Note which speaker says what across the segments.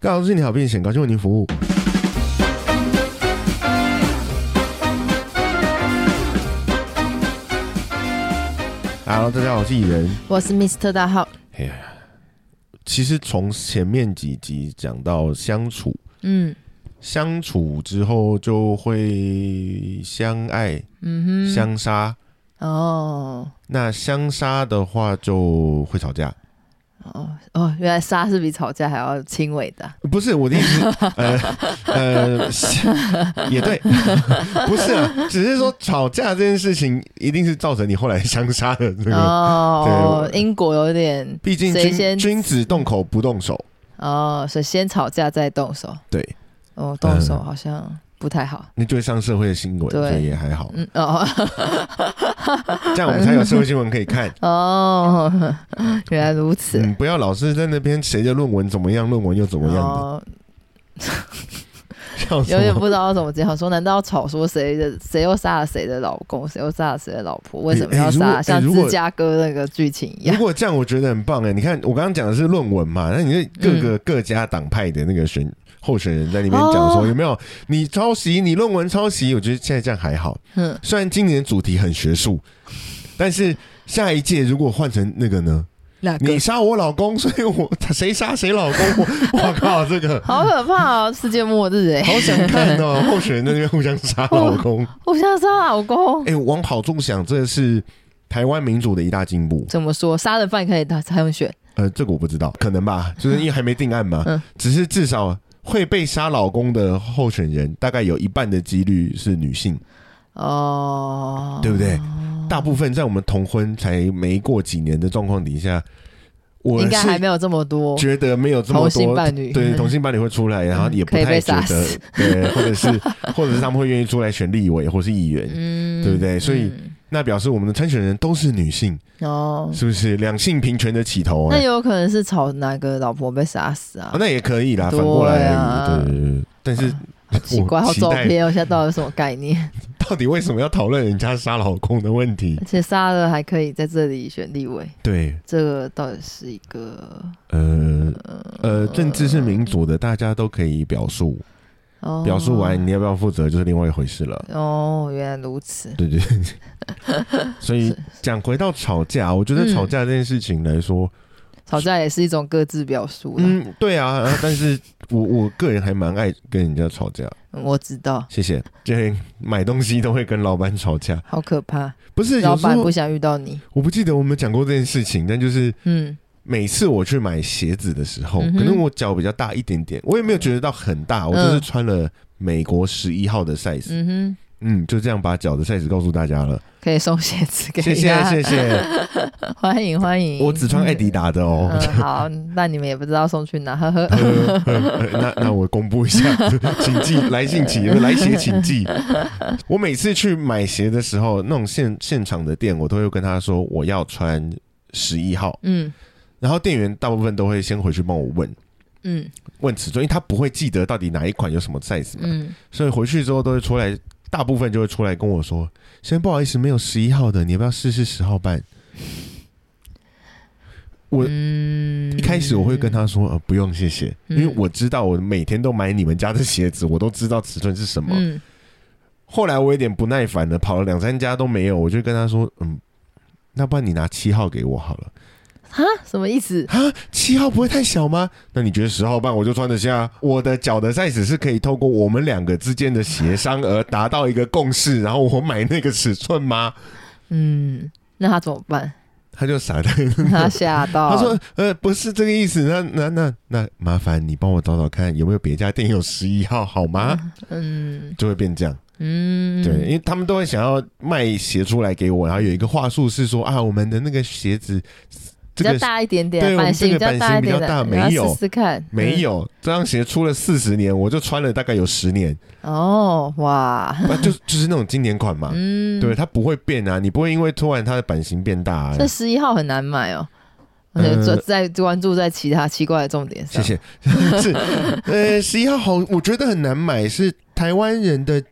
Speaker 1: 高兴你好变险，高兴为您服务。Hello，大家好，我是蚁人。
Speaker 2: 我是 Mr 大号，
Speaker 1: 其实从前面几集讲到相处，
Speaker 2: 嗯
Speaker 1: 相处之后就会相爱、
Speaker 2: 嗯哼，
Speaker 1: 相杀。
Speaker 2: 哦
Speaker 1: 那相杀的话就会吵架，
Speaker 2: 哦哦，原来杀是比吵架还要轻微的啊，
Speaker 1: 不是我的意 思，呃呃，是 也对，不是啊，只是说吵架这件事情一定是造成你后来相杀的这个，
Speaker 2: 哦，
Speaker 1: 对
Speaker 2: 英国有点
Speaker 1: 毕竟
Speaker 2: 谁
Speaker 1: 君
Speaker 2: 先
Speaker 1: 君子动口不动手，
Speaker 2: 哦，所以先吵架再动手，
Speaker 1: 对，
Speaker 2: 哦，动手
Speaker 1: 嗯
Speaker 2: 好像不太好，
Speaker 1: 那就会上社会的新闻，
Speaker 2: 对
Speaker 1: 所以也还好，
Speaker 2: 嗯哦
Speaker 1: 这样我们才有社会新闻可以 看。
Speaker 2: 哦， 原来如此，
Speaker 1: 嗯，不要老是在那边谁的论文怎么样，论文又怎么样的，
Speaker 2: 哦，
Speaker 1: 笑死
Speaker 2: 有点不
Speaker 1: 我。
Speaker 2: 知道怎么讲，说难道吵说谁的谁又杀了谁的老公，谁又杀了谁的老婆，为什么
Speaker 1: 哎哎
Speaker 2: 要
Speaker 1: 如果
Speaker 2: 杀？
Speaker 1: 哎
Speaker 2: 像
Speaker 1: 如果
Speaker 2: 芝加哥那个剧情一
Speaker 1: 如
Speaker 2: 样，
Speaker 1: 果这样，我觉得很棒哎！你看，我刚刚讲的是论文嘛，那你是各
Speaker 2: 嗯
Speaker 1: 个各家党派的那个选候选人在里面讲说
Speaker 2: 哦
Speaker 1: 有没有你抄袭，你论文抄袭，我觉得现在这样还好。
Speaker 2: 嗯，
Speaker 1: 虽然今年主题很学术，但是下一届如果换成 那个呢？
Speaker 2: 那
Speaker 1: 你杀我老公，所以我谁杀谁老公？我我 靠，这个
Speaker 2: 好可怕哦！世界末日哎、
Speaker 1: 好想看 哦！候选人在那边互相杀老公。
Speaker 2: 我想杀老公。
Speaker 1: 哎、往好处想，这是台湾民主的一大进步。
Speaker 2: 怎么说？杀人犯可以打参选
Speaker 1: 呃，这个我不知道，可能 吧，就是因为还没定案嘛。
Speaker 2: 嗯
Speaker 1: 只是至少会被杀老公的候选人，大概有一半的几率是女性，
Speaker 2: 哦，
Speaker 1: 对不对？大部分在我们同婚才没过几年的状况底下，我
Speaker 2: 应该还
Speaker 1: 是
Speaker 2: 没有这么多。
Speaker 1: 觉得没有这么多
Speaker 2: 同性伴侣嗯
Speaker 1: 对同性伴侣会出来，然后也不
Speaker 2: 可以
Speaker 1: 太
Speaker 2: 被
Speaker 1: 觉
Speaker 2: 杀
Speaker 1: 得
Speaker 2: 死
Speaker 1: 对，或 者是或者是他们会愿意出来选立委或是议员，
Speaker 2: 嗯
Speaker 1: 对不对所以那表示我们的参选人都是女性，
Speaker 2: 嗯哦，
Speaker 1: 是不是两性平权的起头、啊？
Speaker 2: 那有可能是吵哪个老婆被杀死啊
Speaker 1: 啊，？那也可以啦，
Speaker 2: 对
Speaker 1: 反
Speaker 2: 啊
Speaker 1: 过来而已。对对对对，但是
Speaker 2: 好奇 怪，
Speaker 1: 我
Speaker 2: 好
Speaker 1: 期待
Speaker 2: 照片，我现在到底是什么概念？
Speaker 1: 到底为什么要讨论人家杀老公的问题
Speaker 2: 而？且杀了还可以在这里选立委，
Speaker 1: 对，
Speaker 2: 这个到底是一个
Speaker 1: 呃呃，政治是民主的，大家都可以表述，
Speaker 2: 哦
Speaker 1: 表述完你要不要负责就是另外一回事 了。
Speaker 2: 哦，原来如此。
Speaker 1: 对对对， 所以讲回到吵架，我觉得
Speaker 2: 嗯
Speaker 1: 吵架这件事情来说，
Speaker 2: 吵架也是一种各自表述啦。
Speaker 1: 嗯，对啊，啊但是我我个人还蛮爱跟人家吵架，
Speaker 2: 嗯，我知道，
Speaker 1: 谢谢。就连买东西都会跟老板吵架，
Speaker 2: 好可怕。
Speaker 1: 不是
Speaker 2: 老
Speaker 1: 有时
Speaker 2: 板
Speaker 1: 候
Speaker 2: 不想遇到你。
Speaker 1: 我不记得我们讲过这件事情，但就是
Speaker 2: 嗯，
Speaker 1: 每次我去买鞋子的时候，
Speaker 2: 嗯哼
Speaker 1: 可能我脚比较大一点点，我也没有觉得到很大，我就是穿了美国十一号的 size，
Speaker 2: 嗯
Speaker 1: 嗯就这样把脚的 size 告诉大家了
Speaker 2: 哼，，可以送鞋子给
Speaker 1: 谢谢
Speaker 2: 他
Speaker 1: 谢 谢，
Speaker 2: 欢迎欢迎。
Speaker 1: 我只穿艾迪达的哦。
Speaker 2: 嗯，好，那你们也不知道送去哪，呵呵。
Speaker 1: 呃呃 那那我公布一下， 请记来信请来鞋请记。我每次去买鞋的时候，那种现现场的店，我都会跟他说我要穿十一号，
Speaker 2: 嗯
Speaker 1: 然后店员大部分都会先回去帮我问
Speaker 2: 嗯
Speaker 1: 问尺寸，因为他不会记得到底哪一款有什么 size 嘛。
Speaker 2: 嗯，
Speaker 1: 所以回去之后都会出来，大部分就会出来跟我说：“先不好意思，没有十一号的，你要不要试试十号半我
Speaker 2: 嗯？”
Speaker 1: 一开始我会跟他说：“呃，不用，谢谢，因
Speaker 2: 嗯
Speaker 1: 为我知道我每天都买你们家的鞋子，我都知道尺寸是什么。
Speaker 2: 嗯，”
Speaker 1: 后来我有点不耐烦了，跑了两三家都没有，我就跟他说：“嗯，那不然你拿七号给我好了。
Speaker 2: 哈，什么意思？
Speaker 1: 啊，七号不会太小吗？那你觉得十号半我就穿得下？我的脚的 size 是可以透过我们两个之间的协商而达到一个共识，然后我买那个尺寸吗？
Speaker 2: 嗯，那他怎么 办？
Speaker 1: 他就傻在，
Speaker 2: 他吓到。
Speaker 1: 他说：“呃，不是这个意思。那那那那，麻烦你帮我找找看有没有别家店有十一号好吗？”
Speaker 2: 嗯
Speaker 1: 就会变这样，
Speaker 2: 嗯，
Speaker 1: 对，因为他们都会想要卖鞋出来给我，然后有一个话术是说啊，我们的那个鞋子
Speaker 2: 比
Speaker 1: 这
Speaker 2: 较
Speaker 1: 个
Speaker 2: 大一点
Speaker 1: 对
Speaker 2: 点，
Speaker 1: 我们
Speaker 2: 版
Speaker 1: 这个
Speaker 2: 型比较大一
Speaker 1: 版型比
Speaker 2: 点
Speaker 1: 较大
Speaker 2: 的，
Speaker 1: 没
Speaker 2: 你要
Speaker 1: 有
Speaker 2: 试试看。
Speaker 1: 没
Speaker 2: 有
Speaker 1: 有这双鞋出了四十年，我就穿了大概有十 年，
Speaker 2: 哦，哇，
Speaker 1: 啊，就就是那种经典款嘛，
Speaker 2: 嗯，
Speaker 1: 对，，它不会变啊，你不会因为突然它的版型变大、啊
Speaker 2: 这。十一号很难买哦。我
Speaker 1: 呃
Speaker 2: 在在关注在其他奇怪的重点
Speaker 1: 谢
Speaker 2: 上。
Speaker 1: 谢， 是，呃，十一号好，我觉得很难买，是台湾人的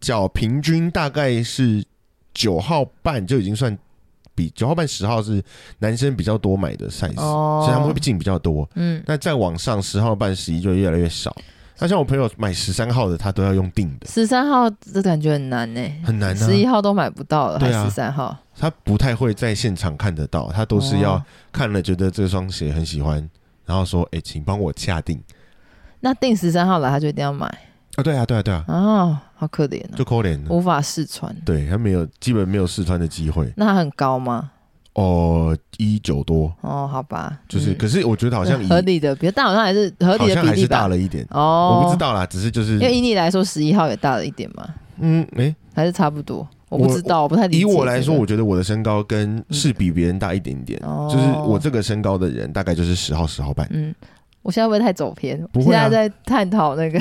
Speaker 1: 脚平均大概是九号半就已经算比九号半十号是男生比较多买的 size，、
Speaker 2: 哦
Speaker 1: 所以他们会进比较多。
Speaker 2: 嗯，
Speaker 1: 那再往上十号半十一就越来越少。那像我朋友买十三号的，他都要用定的，
Speaker 2: 十三号这感觉很难呢、
Speaker 1: 很难啊
Speaker 2: 十。一号都买不到了，还
Speaker 1: 对啊
Speaker 2: 十三号
Speaker 1: 他不太会在现场看得到，他都是要
Speaker 2: 哦
Speaker 1: 看了觉得这双鞋很喜欢，然后说：“哎、请帮我下定。
Speaker 2: 那定十三号来，他就一定要买
Speaker 1: 啊，对啊，对啊，对啊，
Speaker 2: 哦，好可怜哦，
Speaker 1: 就扣脸了。
Speaker 2: 无法试穿。
Speaker 1: 对他没有，基本没有试穿的机会。
Speaker 2: 那他很高吗？
Speaker 1: 哦，一九多，
Speaker 2: 哦，好吧，
Speaker 1: 就是，
Speaker 2: 嗯
Speaker 1: 可是我觉得好像以
Speaker 2: 合理的，比较大，好像还是合
Speaker 1: 好
Speaker 2: 理的
Speaker 1: 像
Speaker 2: 比
Speaker 1: 还
Speaker 2: 例
Speaker 1: 是大
Speaker 2: 吧。
Speaker 1: 了一点，
Speaker 2: 哦，
Speaker 1: 我不知，道啦，只是就是
Speaker 2: 因为以你来说，十一号也大了一点嘛，
Speaker 1: 嗯，哎、
Speaker 2: 还是差不多。我
Speaker 1: 我
Speaker 2: 不知道，我不太理解
Speaker 1: 以
Speaker 2: 这个。
Speaker 1: 我来说，我觉得我的身高跟是比别人大一点点，
Speaker 2: 哦
Speaker 1: 就是我这个身高的人大概就是十号十号半。
Speaker 2: 嗯，我现在会不会太走偏？
Speaker 1: 不
Speaker 2: 我
Speaker 1: 会
Speaker 2: 现
Speaker 1: 啊
Speaker 2: 在在探讨那个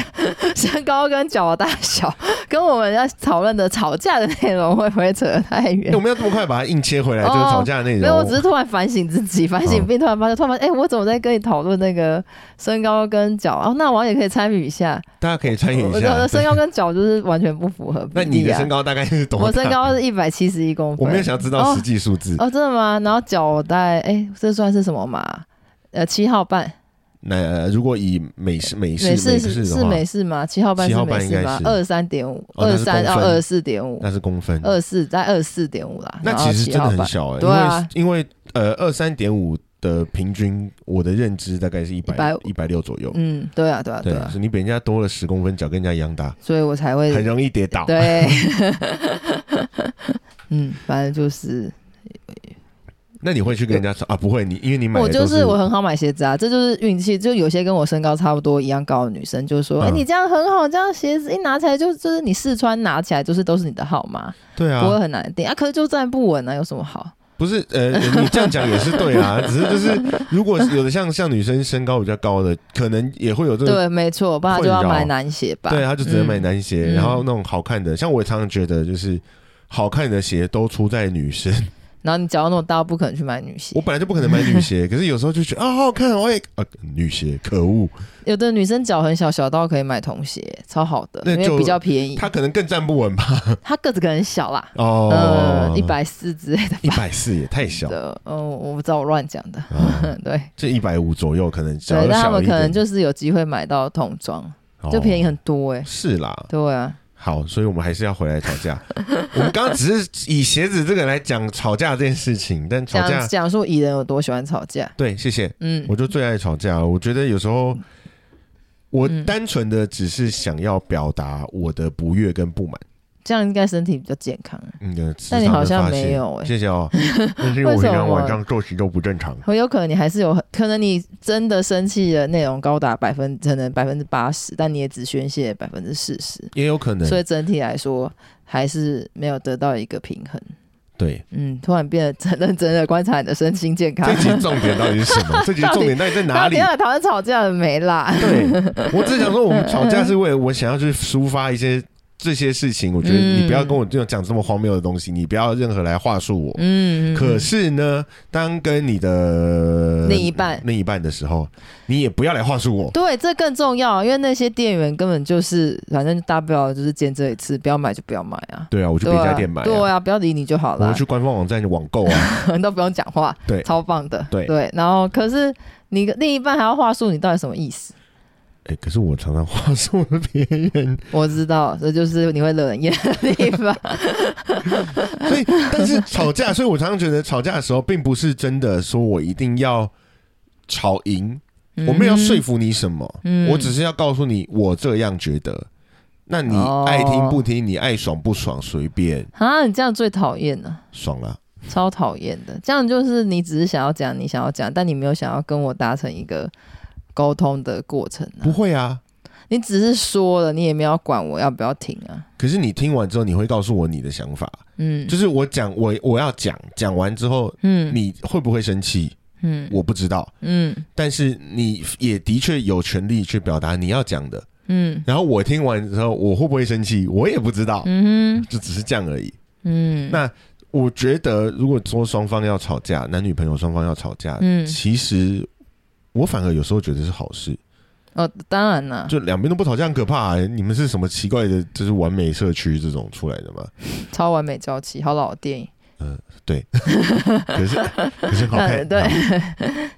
Speaker 2: 身高跟脚的大小，跟我们要讨论的吵架的内容会不会扯得太
Speaker 1: 哎、
Speaker 2: 远
Speaker 1: 我？们要这么快把它硬切回来，
Speaker 2: 哦
Speaker 1: 这个吵架的内
Speaker 2: 没有，
Speaker 1: 容
Speaker 2: 我只是突然反省自己，反省并突然发现，突然发现，哎、我怎么在跟你讨论那个身高跟脚？哦，那我也可以参与一下。
Speaker 1: 大家可以参与
Speaker 2: 我
Speaker 1: 一
Speaker 2: 我的
Speaker 1: 下。
Speaker 2: 身高跟脚就是完全不符合比例、
Speaker 1: 那
Speaker 2: 啊。
Speaker 1: 你的身高大概是多大？
Speaker 2: 我身高是一百七十一公 分。
Speaker 1: 我没有想要知道实际数字，
Speaker 2: 哦，真的吗？然后脚我大概，哎、这算是什么码？呃，七号半，
Speaker 1: 那、呃如果以美式美式
Speaker 2: 美式是
Speaker 1: 式的
Speaker 2: 是
Speaker 1: 话，
Speaker 2: 美式吗？七号半
Speaker 1: 7
Speaker 2: 是
Speaker 1: 号
Speaker 2: 美
Speaker 1: 半
Speaker 2: 式吗
Speaker 1: 应？该
Speaker 2: 二三点五，
Speaker 1: 哦那
Speaker 2: 二
Speaker 1: 是
Speaker 2: 三到
Speaker 1: 公
Speaker 2: 二
Speaker 1: 分
Speaker 2: 四点五，
Speaker 1: 那是公分，
Speaker 2: 二四在二四点五啦。
Speaker 1: 那
Speaker 2: 然后
Speaker 1: 其实真
Speaker 2: 7
Speaker 1: 的
Speaker 2: 号
Speaker 1: 很
Speaker 2: 半
Speaker 1: 小哎、
Speaker 2: 对啊
Speaker 1: 因为因为呃二三点五的平均，我的认知大概是一百
Speaker 2: 150
Speaker 1: 一百六左右。
Speaker 2: 嗯，对啊，对啊，
Speaker 1: 对
Speaker 2: 对，啊，
Speaker 1: 是你比人家多了十公分，脚跟人家一样大，
Speaker 2: 所以我才会
Speaker 1: 很容易跌倒。
Speaker 2: 对，嗯，反正就是
Speaker 1: 那你会去跟人家说啊？不会，你因为你买的
Speaker 2: 我就
Speaker 1: 都是
Speaker 2: 是我很好买鞋子啊，这就是运气。就有些跟我身高差不多一样高的女生就说：“哎、
Speaker 1: 嗯
Speaker 2: 你这样很好，这样鞋子一拿起来就就是你试穿拿起来就是都是你的号码，
Speaker 1: 对
Speaker 2: 不会
Speaker 1: 啊，
Speaker 2: 很难定啊。”可是就站不稳啊，有什么好？
Speaker 1: 不是呃，你这样讲也是对 啦，只是就是如果有的像像女生身高比较高的，可能也会有这种。
Speaker 2: 对，没错，不然就要
Speaker 1: 困扰
Speaker 2: 买男鞋吧。
Speaker 1: 对，他就只能买
Speaker 2: 嗯
Speaker 1: 男鞋，
Speaker 2: 嗯
Speaker 1: 然后那种好看的，像我也常常觉得，就是好看的鞋都出在女生。
Speaker 2: 然后你脚那么大，不可能去买女鞋
Speaker 1: 我。本来就不可能买女 鞋，可是有时候就觉得啊，好好看，我也啊，女鞋可恶，
Speaker 2: 有的女生脚很小，小到可以买童鞋，超好的，
Speaker 1: 那
Speaker 2: 因
Speaker 1: 就
Speaker 2: 为比较便宜。
Speaker 1: 她可能更站不稳吧？
Speaker 2: 她个子可能很小啦，
Speaker 1: 哦
Speaker 2: 呃嗯，，一百四之类的
Speaker 1: 一百四也太小，
Speaker 2: 的，嗯，我不知道，我乱讲的。嗯
Speaker 1: 啊
Speaker 2: 对
Speaker 1: 这一百五左右可能小
Speaker 2: 对，但他
Speaker 1: 小
Speaker 2: 们
Speaker 1: 一
Speaker 2: 可能
Speaker 1: 点，
Speaker 2: 就是有机会买到童装，就
Speaker 1: 哦
Speaker 2: 便宜很多哎、欸。
Speaker 1: 是啦，
Speaker 2: 对啊，
Speaker 1: 好，所以我们还是要回来吵架。 我们刚刚只是以鞋子这个来讲吵架这件事情，但吵
Speaker 2: 讲
Speaker 1: 架
Speaker 2: 讲述蚁人有多喜欢吵架，
Speaker 1: 对，谢谢，
Speaker 2: 嗯，
Speaker 1: 我就最爱吵架了。我觉得有时候我
Speaker 2: 嗯
Speaker 1: 单纯的只是想要表达我的不悦跟不满。
Speaker 2: 这样应该身体比较健康。
Speaker 1: 嗯，呃
Speaker 2: 但你好像没。有哎、
Speaker 1: 迟早会发现谢谢 哦，那是因为我平
Speaker 2: 为什
Speaker 1: 常
Speaker 2: 么
Speaker 1: 晚上作息都不正常。
Speaker 2: 很有可能你还是有，可能你真的生气的内容高达百分，可能百分之八十，但你也只宣泄百分之四十，
Speaker 1: 也有可能，
Speaker 2: 所以整体来说还是没有得到一个平衡。
Speaker 1: 对。
Speaker 2: 嗯，突然变得很认真的观察你的身心健康
Speaker 1: 这，集重点到底是什么？ 这集重点到底在哪
Speaker 2: 到 底
Speaker 1: 里？
Speaker 2: 要讨论吵架了没啦？
Speaker 1: 对， 我只想说，我们吵架是为了我想要去抒发一些这些事情。我觉得
Speaker 2: 嗯
Speaker 1: 你不要跟我这种讲这么荒谬的东西，你不要任何来话术我。
Speaker 2: 嗯，
Speaker 1: 可是呢，当跟你的
Speaker 2: 另一半
Speaker 1: 另一半的时候，你也不要来话术我。
Speaker 2: 对，这更重要，因为那些店员根本就是，反正大不了就是见这一次，不要买就不要买啊。
Speaker 1: 对啊，我去
Speaker 2: 对
Speaker 1: 别
Speaker 2: 啊，
Speaker 1: 家店买、
Speaker 2: 对，啊，不要理你就好
Speaker 1: 我
Speaker 2: 了
Speaker 1: 去，官方网站网购 啊。
Speaker 2: 都不用讲话，
Speaker 1: 对
Speaker 2: 超棒的，
Speaker 1: 对
Speaker 2: 然后可是你另一半还要话术，你到底什么意思？
Speaker 1: 哎、可是我常常话术别人，
Speaker 2: 我知道，这就是你会惹人厌的地方。
Speaker 1: 所以但是吵架，所以我常常觉得吵架的时候，并不是真的说我一定要吵赢， 我没有要说服你什么。
Speaker 2: 嗯嗯，嗯
Speaker 1: 我只是要告诉你，我这样觉得。那你
Speaker 2: 哦
Speaker 1: 爱听不听，你爱爽不爽，随便
Speaker 2: 啊，你这样最讨厌了。
Speaker 1: 爽啦。
Speaker 2: 超讨厌的。这样就是你只是想要讲你想要讲，但你没有想要跟我达成一个沟通的过程、啊
Speaker 1: 不。会啊，
Speaker 2: 你只是说了，你也没有管我要不要听啊。
Speaker 1: 可是你听完之后，你会告诉我你的想法。
Speaker 2: 嗯，
Speaker 1: 就是我讲，我我要讲，讲完之后，
Speaker 2: 嗯
Speaker 1: 你会不会生气？
Speaker 2: 嗯
Speaker 1: 我不知道，
Speaker 2: 嗯
Speaker 1: 但是你也的确有权利去表达你要讲的。
Speaker 2: 嗯
Speaker 1: 然后我听完之后，我会不会生气？我也不知道，
Speaker 2: 嗯哼
Speaker 1: 就只是这样而已。
Speaker 2: 嗯，
Speaker 1: 那我觉得，如果说双方要吵架，男女朋友双方要吵架，
Speaker 2: 嗯
Speaker 1: 其实我反而有时候觉得是好事，
Speaker 2: 哦，当然啦，
Speaker 1: 就两边都不吵架很可怕、欸。你们是什么奇怪的，就是完美社区这种出来的吗？
Speaker 2: 超完美娇妻，好老的电影。
Speaker 1: 呃，对，可 是可是好看，
Speaker 2: 啊嗯对
Speaker 1: 好，